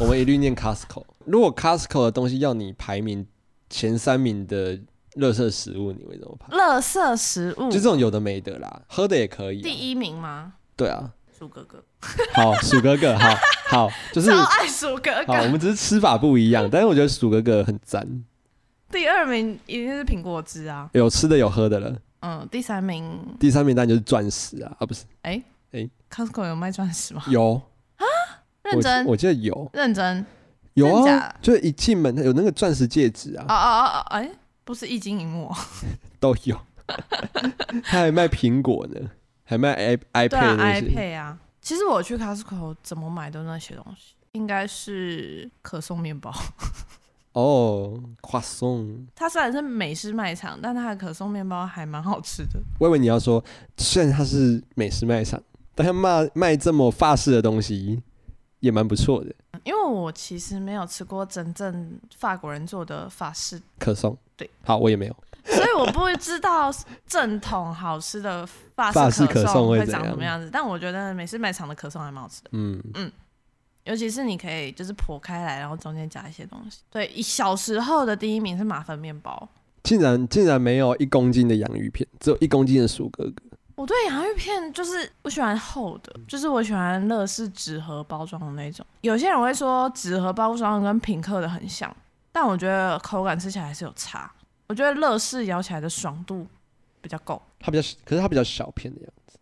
Speaker 1: 我们一律念 Costco。如果 Costco 的东西要你排名前三名的垃圾食物，你会怎么排？
Speaker 2: 垃圾食物
Speaker 1: 就这种有的没的啦，喝的也可以、
Speaker 2: 嗯
Speaker 1: 啊
Speaker 2: 第，一名吗？
Speaker 1: 对啊，
Speaker 2: 鼠哥哥，
Speaker 1: 好，鼠哥哥，好好，就是
Speaker 2: 超爱鼠哥
Speaker 1: 好，我
Speaker 2: 哥。
Speaker 1: 们只是吃法不一样，但是我觉得鼠哥哥很赞，
Speaker 2: 第二名一定是苹果汁啊。
Speaker 1: 有吃的有喝的了。
Speaker 2: 嗯，第三名，
Speaker 1: 第三名当然就是钻石啊，啊不是
Speaker 2: 哎、
Speaker 1: 哎
Speaker 2: Costco 有卖钻石吗？
Speaker 1: 有，
Speaker 2: 认真
Speaker 1: 我，我记得有
Speaker 2: 认真。
Speaker 1: 有
Speaker 2: 真假
Speaker 1: 啊
Speaker 2: 的，
Speaker 1: 就一进门有那个钻石戒指啊
Speaker 2: 哦，哦哦，哦哎、不是一金一木哦。
Speaker 1: 都
Speaker 2: (laughs)
Speaker 1: 有，他还卖苹果呢，还卖 i
Speaker 2: 对啊
Speaker 1: iPad 那些，
Speaker 2: ，iPad 啊。其实我去 Costco 怎么买都那些东西，应该是可颂面包。 (laughs)
Speaker 1: 哦，夸送。
Speaker 2: 它虽然是美式卖场，但它的可颂面包还蛮好吃的。
Speaker 1: 我以为你要说，虽然它是美食卖场，但它卖卖这么法式的东西也蛮不错的，
Speaker 2: 因为我其实没有吃过真正法国人做的法式，
Speaker 1: 可颂。
Speaker 2: 对，
Speaker 1: 好，我也没有。
Speaker 2: 所以我不知道正统好吃的法
Speaker 1: 法式可
Speaker 2: 可
Speaker 1: 颂
Speaker 2: 颂
Speaker 1: 会
Speaker 2: 会
Speaker 1: 怎
Speaker 2: 长
Speaker 1: 样
Speaker 2: 什么样子。但我觉得美式卖场的可颂还蛮好吃的，
Speaker 1: 嗯，
Speaker 2: 尤其是你可以就是剖开来，然后中间夹一些东西。对，以小时候的第一名是马芬面包，
Speaker 1: 竟然竟然没有一公斤的洋芋片，只有一公斤的薯格格。
Speaker 2: 我对洋芋片就是我喜欢厚的，
Speaker 1: 嗯
Speaker 2: 就是我喜欢乐事纸盒包装的那种。有些人会说纸盒包装跟品客的很像，但我觉得口感吃起来还是有差。我觉得乐事咬起来的爽度比较够，
Speaker 1: 它比较，可是它比较小片的样子。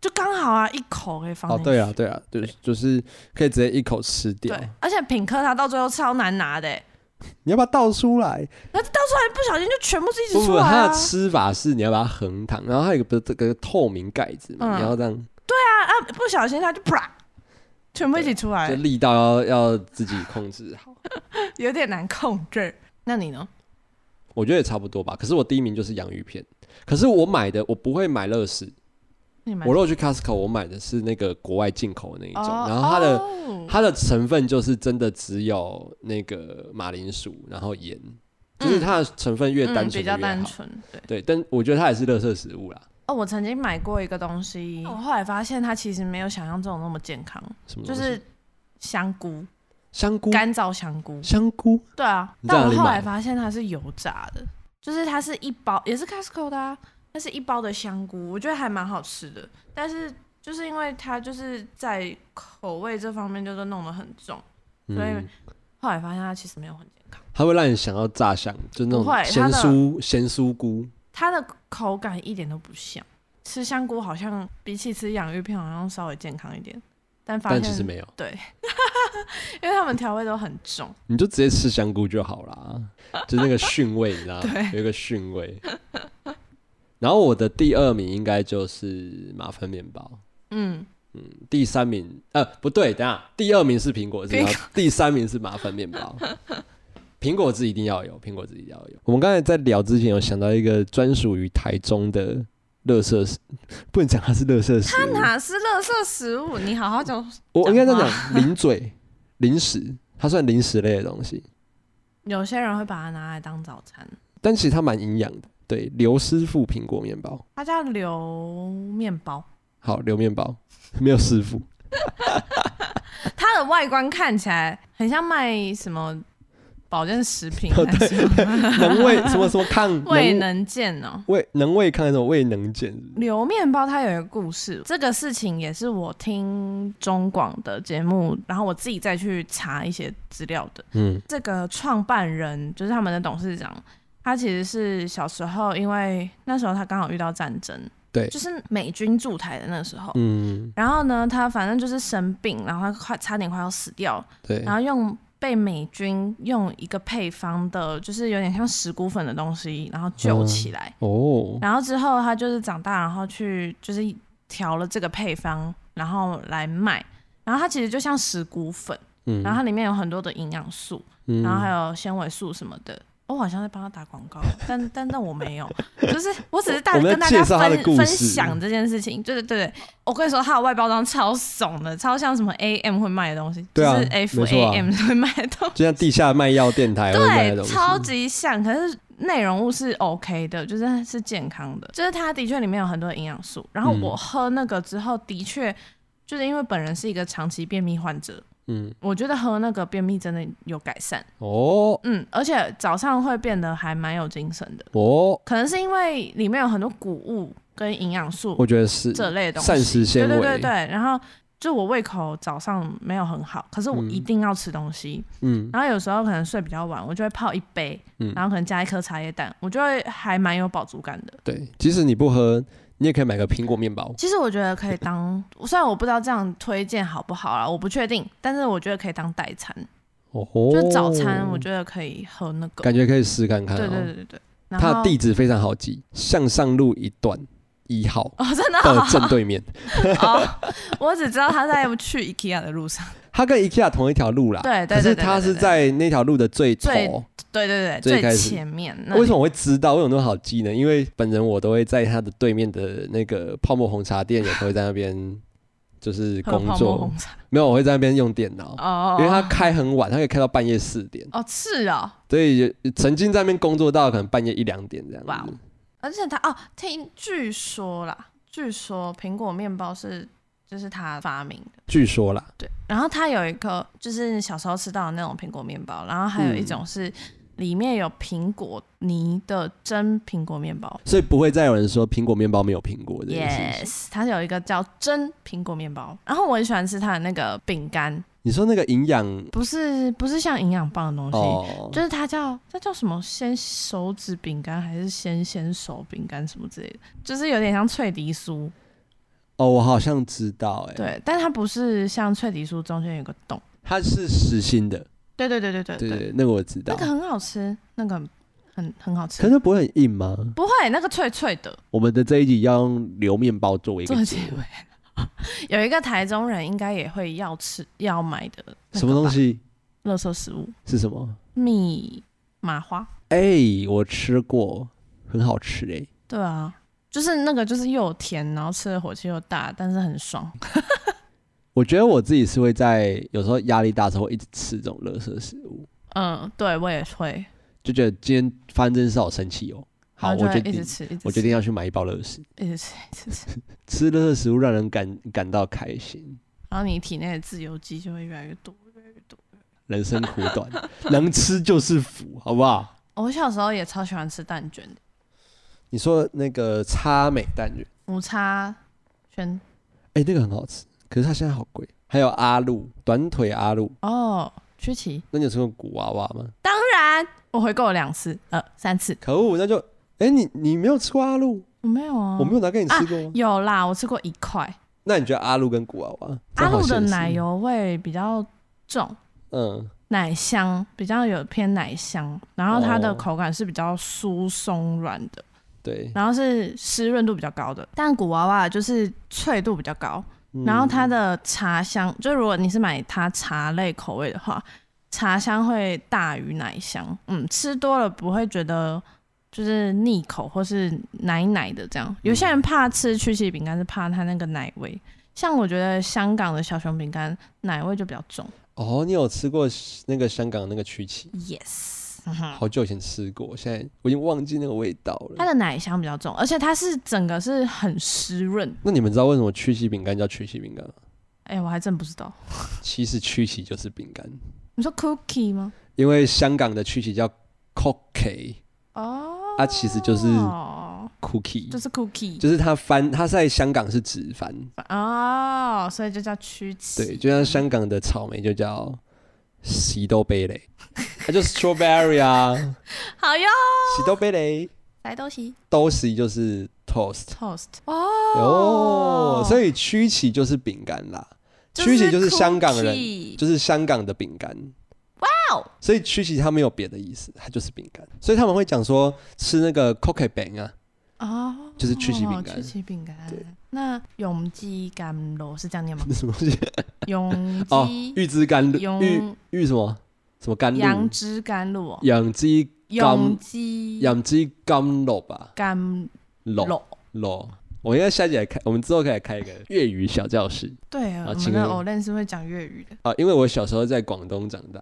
Speaker 2: 就刚好啊，一口可以放进
Speaker 1: 哦，
Speaker 2: 去。
Speaker 1: 对啊，对啊，就是就是可以直接一口吃掉。
Speaker 2: 对，而且品客它到最后超难拿的欸，
Speaker 1: 你要把它倒出来。
Speaker 2: 然后到时候还不小心就全部是
Speaker 1: 不
Speaker 2: 一起
Speaker 1: 不
Speaker 2: 出
Speaker 1: 不，
Speaker 2: 来
Speaker 1: 它
Speaker 2: 啊！
Speaker 1: 的吃法是你要把它横躺，然后它有个这个透明盖子嘛，
Speaker 2: 嗯
Speaker 1: 你要这样，
Speaker 2: 啊啊，不小心它就啪，全部一起出
Speaker 1: 就
Speaker 2: 来，
Speaker 1: 力道要要自己控制好。
Speaker 2: 有点难控制。那你呢？
Speaker 1: 我觉得也差不多吧。可是我第一名就是洋芋片，可是我买的我不会买乐事，
Speaker 2: 你买
Speaker 1: 我如果去 Costco，我买的是那个国外进口的那一种，
Speaker 2: 哦
Speaker 1: 然后它的、
Speaker 2: 哦
Speaker 1: 它的成分就是真的只有那个马铃薯，然后盐，就是它的成分越单纯
Speaker 2: 嗯、比
Speaker 1: 的
Speaker 2: 较
Speaker 1: 越
Speaker 2: 单
Speaker 1: 好。
Speaker 2: 纯，对。
Speaker 1: 对，但我觉得它也是垃圾食物啦，
Speaker 2: 哦，我曾经买过一个东西，我后来发现它其实没有想象中那么健康，
Speaker 1: 什么
Speaker 2: 就
Speaker 1: 东西
Speaker 2: 是香菇，
Speaker 1: 香菇，
Speaker 2: 干燥香菇。
Speaker 1: 香菇
Speaker 2: 对啊，
Speaker 1: 你在
Speaker 2: 但
Speaker 1: 哪里
Speaker 2: 我后
Speaker 1: 买
Speaker 2: 来发现它是油炸的，就是它是一包，也是 Costco 的、啊，那是一包的香菇，我觉得还蛮好吃的。但是就是因为它就是在口味这方面就是弄得很重，所以
Speaker 1: 嗯，
Speaker 2: 后来发现它其实没有很健康。
Speaker 1: 它会让你想要炸香，就那
Speaker 2: 不会
Speaker 1: 种咸
Speaker 2: 它的
Speaker 1: 酥咸酥菇。
Speaker 2: 它的口感一点都不像，吃香菇好像比起吃洋芋片好像稍微健康一点，但发
Speaker 1: 但
Speaker 2: 现
Speaker 1: 其实没有，
Speaker 2: 对， (laughs) 因为他们调味都很重。
Speaker 1: 你就直接吃香菇就好
Speaker 2: (laughs)
Speaker 1: 啦，就那个训味，你知道吗？有一个训味。然后我的第二名应该就是马芬面包，
Speaker 2: 嗯，
Speaker 1: 第三名呃不对，等一下第二名是苹果汁，
Speaker 2: 苹
Speaker 1: 然
Speaker 2: 果
Speaker 1: 后第三名是马芬面
Speaker 2: (laughs)
Speaker 1: 包。苹果汁一定要有，苹果汁一定要有。我们刚才在聊之前有想到一个专属于台中的乐色食，不能讲它是乐色食物，
Speaker 2: 哪是垃圾食物？你好好讲。
Speaker 1: 我应该在
Speaker 2: 讲
Speaker 1: 讲零嘴零食，它算零食类的东西。
Speaker 2: 有些人会把它拿来当早餐，
Speaker 1: 但其实它蛮营养的。对，刘师傅苹果面包，
Speaker 2: 它叫流面包，
Speaker 1: 好，刘面包没有师
Speaker 2: (laughs)
Speaker 1: 傅，
Speaker 2: 它的外观看起来很像卖什么保健食 (laughs) 品还是什么
Speaker 1: 能胃什么什么抗
Speaker 2: (laughs) 未
Speaker 1: 能
Speaker 2: 能见哦。
Speaker 1: 胃能胃抗什么胃能减，
Speaker 2: 流面包它有一个故事，这个事情也是我听中广的节目，然后我自己再去查一些资料的。
Speaker 1: 嗯
Speaker 2: 这个创办人就是他们的董事长，他其实是小时候，因为那时候他刚好遇到战争，
Speaker 1: 对
Speaker 2: 就是美军驻台的那时候。
Speaker 1: 嗯，
Speaker 2: 然后呢，他反正就是生病，然后他快差点快要死掉，
Speaker 1: 对
Speaker 2: 然后用被美军用一个配方的，就是有点像石菇粉的东西，然后救
Speaker 1: 嗯
Speaker 2: 起来。
Speaker 1: 哦，
Speaker 2: 然后之后他就是长大，然后去就是调了这个配方，然后来卖。然后它其实就像石骨粉，
Speaker 1: 嗯，
Speaker 2: 然后它里面有很多的营养素，
Speaker 1: 嗯
Speaker 2: 然后还有纤维素什么的。我好像在帮他打广告，但但但我没有，就是我只是大
Speaker 1: 我们在
Speaker 2: 跟大家
Speaker 1: 介绍他的
Speaker 2: 分
Speaker 1: 故事
Speaker 2: 分享这件事情，就是对对，我跟你说，它的外包装超怂的，超像什么 AM 会卖的东西，
Speaker 1: 对啊
Speaker 2: 就是 F
Speaker 1: 没错啊
Speaker 2: AM 会卖的东西，
Speaker 1: 就像地下卖药电台会卖的
Speaker 2: 对，
Speaker 1: 东西，
Speaker 2: 超级像，可是内容物是 OK 的，就是是健康的，就是它的确里面有很多营养素。然后
Speaker 1: 嗯
Speaker 2: 我喝那个之后，的确就是因为本人是一个长期便秘患者，
Speaker 1: 嗯，
Speaker 2: 我觉得喝那个便秘真的有改善，
Speaker 1: 哦
Speaker 2: 嗯，而且早上会变得还蛮有精神的，
Speaker 1: 哦，
Speaker 2: 可能是因为里面有很多谷物跟营养素
Speaker 1: 我觉得是
Speaker 2: 这类的东西，
Speaker 1: 膳食纤维，
Speaker 2: 对对对对，然后。就我胃口早上没有很好，可是我
Speaker 1: 嗯
Speaker 2: 一定要吃东西，
Speaker 1: 嗯
Speaker 2: 然后有时候可能睡比较晚，我就会泡一杯，
Speaker 1: 嗯
Speaker 2: 然后可能加一颗茶叶蛋，我就会还蛮有饱足感的。
Speaker 1: 对，即使你不喝，你也可以买个苹果面包，
Speaker 2: 其实我觉得可以当，虽然我不知道这样推荐好不好啦，我不确定，但是我觉得可以当代餐，
Speaker 1: 哦，
Speaker 2: 就是早餐我觉得可以喝那个。
Speaker 1: 感觉可以试看看，啊
Speaker 2: 对对对，对对。然
Speaker 1: 它
Speaker 2: 后
Speaker 1: 的地址非常好记，向上路一段一
Speaker 2: (laughs)
Speaker 1: 号。
Speaker 2: 哦，真的
Speaker 1: 的
Speaker 2: 哦
Speaker 1: 正对面， (laughs)
Speaker 2: 哦，我只知道他在去 IKEA 的路上。
Speaker 1: 它跟 IKEA 同一条路啦。
Speaker 2: 对对对
Speaker 1: 可是
Speaker 2: 对对
Speaker 1: 它
Speaker 2: 对
Speaker 1: 是
Speaker 2: 对
Speaker 1: 在那条路的最头。
Speaker 2: 最对对
Speaker 1: 最
Speaker 2: 对，
Speaker 1: 开
Speaker 2: 最
Speaker 1: 始
Speaker 2: 前面那
Speaker 1: 为什
Speaker 2: 里。
Speaker 1: 么我会知道？为什么那么好记呢？因为本人我都会在它的对面的那个泡沫红茶店，也都会在那
Speaker 2: (laughs)
Speaker 1: 边就是
Speaker 2: 喝
Speaker 1: 工
Speaker 2: 泡沫
Speaker 1: 作
Speaker 2: 红。茶
Speaker 1: 没有，我会在那边用电脑，
Speaker 2: 哦，
Speaker 1: 因为它开很晚，它可以开到半夜四点，
Speaker 2: 哦是哦，
Speaker 1: 所以也呃曾经在那边工作到可能半夜一两点这
Speaker 2: 哇
Speaker 1: 样子
Speaker 2: 哦。而且他哦，听据说啦，据说苹果面包是就是他发明的，
Speaker 1: 据说啦，
Speaker 2: 对。然后他有一个就是小时候吃到的那种苹果面包，然后还有一种是里面有苹果泥的真苹果面包。
Speaker 1: 所以不会再有人说苹果面包没有苹果这件事情。
Speaker 2: Yes，它有一个叫真苹果面包，然后我很喜欢吃它的那个饼干，
Speaker 1: 你说那个营养
Speaker 2: 不是不是像营养棒的东西，
Speaker 1: 哦，
Speaker 2: 就是它叫它叫什么鲜手指饼干还是鲜鲜手饼干什么之类的，就是有点像脆迪酥，
Speaker 1: 哦，我好像知道、哎，，
Speaker 2: 对，但它不是像脆迪酥中间有个洞，
Speaker 1: 它是实心的，
Speaker 2: 对对对对对
Speaker 1: 对
Speaker 2: 对，
Speaker 1: 对，那个我知道。
Speaker 2: 那个很好吃，那个很很很好
Speaker 1: 可
Speaker 2: 吃，
Speaker 1: 是不会很硬吗？
Speaker 2: 不会，那个脆脆的，
Speaker 1: 我们的这一集要用流面包作为一
Speaker 2: 做
Speaker 1: 个
Speaker 2: 结尾。有一个台中人应该也会要吃要买的
Speaker 1: 什么东
Speaker 2: 西？
Speaker 1: 西
Speaker 2: 垃圾食物
Speaker 1: 是什么？
Speaker 2: 蜜麻花。
Speaker 1: 哎、我吃过，很好吃哎、
Speaker 2: 对啊，就是那个就是又甜，然后吃的火气又大，但是很爽。
Speaker 1: 我觉得我自己是会在有时候压力大的时候会一直吃这种垃圾食物，
Speaker 2: 嗯，对我也会，
Speaker 1: 就觉得今天发生这件事好生气哦。好，
Speaker 2: 然后
Speaker 1: 我
Speaker 2: 就会
Speaker 1: 决
Speaker 2: 一直
Speaker 1: 定，
Speaker 2: 吃，一直吃，
Speaker 1: 我决定要去买一包乐事。
Speaker 2: (laughs) 一直吃，一直吃，
Speaker 1: 吃垃圾食物让人感感到开心，
Speaker 2: 然后你体内的自由基就会越来越多。
Speaker 1: 人生苦短， (laughs) 能吃就是福，好不好？
Speaker 2: 我小时候也超喜欢吃蛋卷的，
Speaker 1: 你说那个叉美蛋卷，
Speaker 2: 午茶圈
Speaker 1: 哎、那个很好吃，可是它现在好贵。还有阿露，短腿阿露，
Speaker 2: 哦，曲奇。
Speaker 1: 那你有吃过古娃娃吗？
Speaker 2: 当然，我回购了两次，呃，三次，
Speaker 1: 可恶，那就，哎、你你没有吃过阿露，
Speaker 2: 我没有啊，
Speaker 1: 我没有拿给你吃过吗？
Speaker 2: 有啦，我吃过一块。
Speaker 1: 那你觉得阿露跟古娃娃，这
Speaker 2: 阿
Speaker 1: 样好
Speaker 2: 鲁的
Speaker 1: 现实
Speaker 2: 奶，油味比较重，
Speaker 1: 嗯，
Speaker 2: 奶香比较有偏奶香，然后它的
Speaker 1: 哦
Speaker 2: 口感是比较酥松软的，
Speaker 1: 对，
Speaker 2: 然后是湿润度比较高的。但古娃娃就是脆度比较高，
Speaker 1: 嗯
Speaker 2: 然后它的茶香，就如果你是买它茶类口味的话，茶香会大于奶香。嗯，吃多了不会觉得就是腻口或是奶奶的
Speaker 1: 嗯
Speaker 2: 这样。有些人怕吃曲奇饼干是怕它那个奶味，像我觉得香港的小熊饼干奶味就比较重。
Speaker 1: 哦，你有吃过那个香港那个曲奇？
Speaker 2: Yes，
Speaker 1: 好久以前吃过，现在我已经忘记那个味道
Speaker 2: 它
Speaker 1: 了。
Speaker 2: 的奶香比较重，而且它是整个是很湿润。
Speaker 1: 那你们知道为什么曲奇饼干叫曲奇饼干吗？
Speaker 2: 哎、我还真不知道，
Speaker 1: 其实曲奇就是饼干，
Speaker 2: 你说 cookie 吗？
Speaker 1: 因为香港的曲奇叫 cookie，
Speaker 2: 哦，
Speaker 1: 它啊其实就是
Speaker 2: 哦
Speaker 1: cookie，
Speaker 2: 就是 cookie，
Speaker 1: 就是它翻，它在香港是直翻，
Speaker 2: 哦，所以就叫曲奇。
Speaker 1: 对，就像香港的草莓就叫喜多贝蕾，它就是 strawberry (laughs) 啊，
Speaker 2: 好哟，
Speaker 1: 喜多贝蕾，
Speaker 2: 来东西
Speaker 1: 都是就是 toast。
Speaker 2: toast
Speaker 1: 哦，所
Speaker 2: 以
Speaker 1: 以曲奇就是饼干啦，曲奇就是香港人，就是香港的饼干。哇
Speaker 2: 哦！
Speaker 1: 所以曲奇它没有别的意思，它就是饼干。所以他们会讲说吃那个 cookie 饼啊，
Speaker 2: 哦，
Speaker 1: 就是曲奇饼干
Speaker 2: 曲奇饼干
Speaker 1: 对。？
Speaker 2: 那永基甘露是这样念吗
Speaker 1: (laughs) 什么东西？
Speaker 2: 永
Speaker 1: 哦，
Speaker 2: 基
Speaker 1: 玉之甘露，玉
Speaker 2: 永
Speaker 1: 玉什么什么甘
Speaker 2: 杨
Speaker 1: 露？
Speaker 2: 枝甘露哦，
Speaker 1: 养鸡
Speaker 2: 永基
Speaker 1: 养鸡甘露吧，
Speaker 2: 甘
Speaker 1: 露
Speaker 2: 露。
Speaker 1: 露。我应该下集来开，我们之后可以来开一个粤语小教室
Speaker 2: 对啊，
Speaker 1: 好
Speaker 2: 我
Speaker 1: 请
Speaker 2: 们的
Speaker 1: 问
Speaker 2: 偶练是会讲粤语的。
Speaker 1: 啊，因为我小时候在广东长大，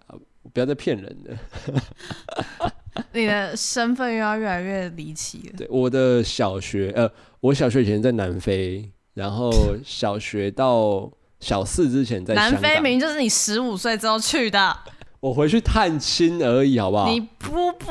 Speaker 1: 不要再骗人
Speaker 2: (laughs)
Speaker 1: 了。
Speaker 2: 你的身份又要越来越离奇了。
Speaker 1: 对，我的小学，呃，我小学以前在南非，然后小学到小四之前在
Speaker 2: 南
Speaker 1: 香
Speaker 2: 非
Speaker 1: 港
Speaker 2: 明明就是你十五岁之后去的，
Speaker 1: 我回去探亲而已，好不好
Speaker 2: 你？不不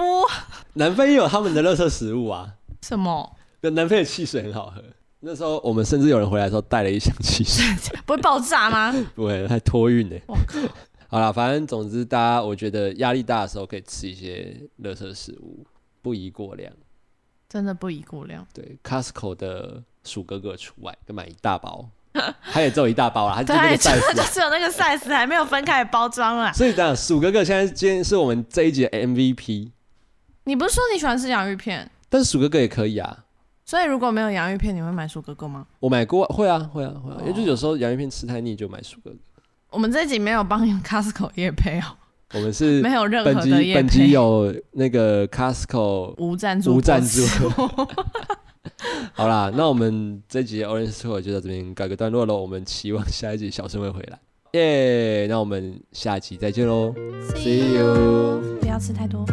Speaker 1: 南非也有他们的垃圾食物啊，
Speaker 2: 什么？
Speaker 1: 跟南非的汽水很好喝。那时候我们甚至有人回来的时候带了一箱汽水，
Speaker 2: 不会爆炸吗？
Speaker 1: 不会还托运呢、欸
Speaker 2: 我靠！
Speaker 1: (laughs) 好啦，反正总之，大家我觉得压力大的时候可以吃一些垃圾食物，不宜过量。
Speaker 2: (laughs) 真的不宜过量。
Speaker 1: 对，Costco 的鼠哥哥除外，就买一大
Speaker 2: (laughs)
Speaker 1: 包，他也只有一大包啦，他就
Speaker 2: 对，
Speaker 1: 是那个
Speaker 2: 它也
Speaker 1: size
Speaker 2: 就
Speaker 1: 啊
Speaker 2: (laughs) 就只有那个 size，还没有分开的包装啊啦。 (laughs)
Speaker 1: 所以这样，鼠哥哥现在今天是我们这一集的 MVP，
Speaker 2: 你不是说你喜欢吃洋芋片？
Speaker 1: 但是鼠哥哥也可以啊。
Speaker 2: 所以如果没有洋芋片，你会买薯哥哥吗？
Speaker 1: 我买过，会啊，会啊，会
Speaker 2: 哦
Speaker 1: 啊。因为就是有时候洋芋片吃太腻，就买鼠哥哥。
Speaker 2: 我们这集没有帮 Costco 夜配哦，
Speaker 1: 我们是
Speaker 2: 没有任
Speaker 1: 本
Speaker 2: 何
Speaker 1: 集
Speaker 2: 的夜
Speaker 1: 本集
Speaker 2: 配，
Speaker 1: 有那个 Costco
Speaker 2: 无赞助，
Speaker 1: 无赞助。。 (laughs) 好啦，那我们这集的 Orange Tour 就到这边告一个段落喽。我们期望下一集小生会回来，耶、那我们下集再见喽
Speaker 2: See
Speaker 1: ，See you。
Speaker 2: 不要吃太多。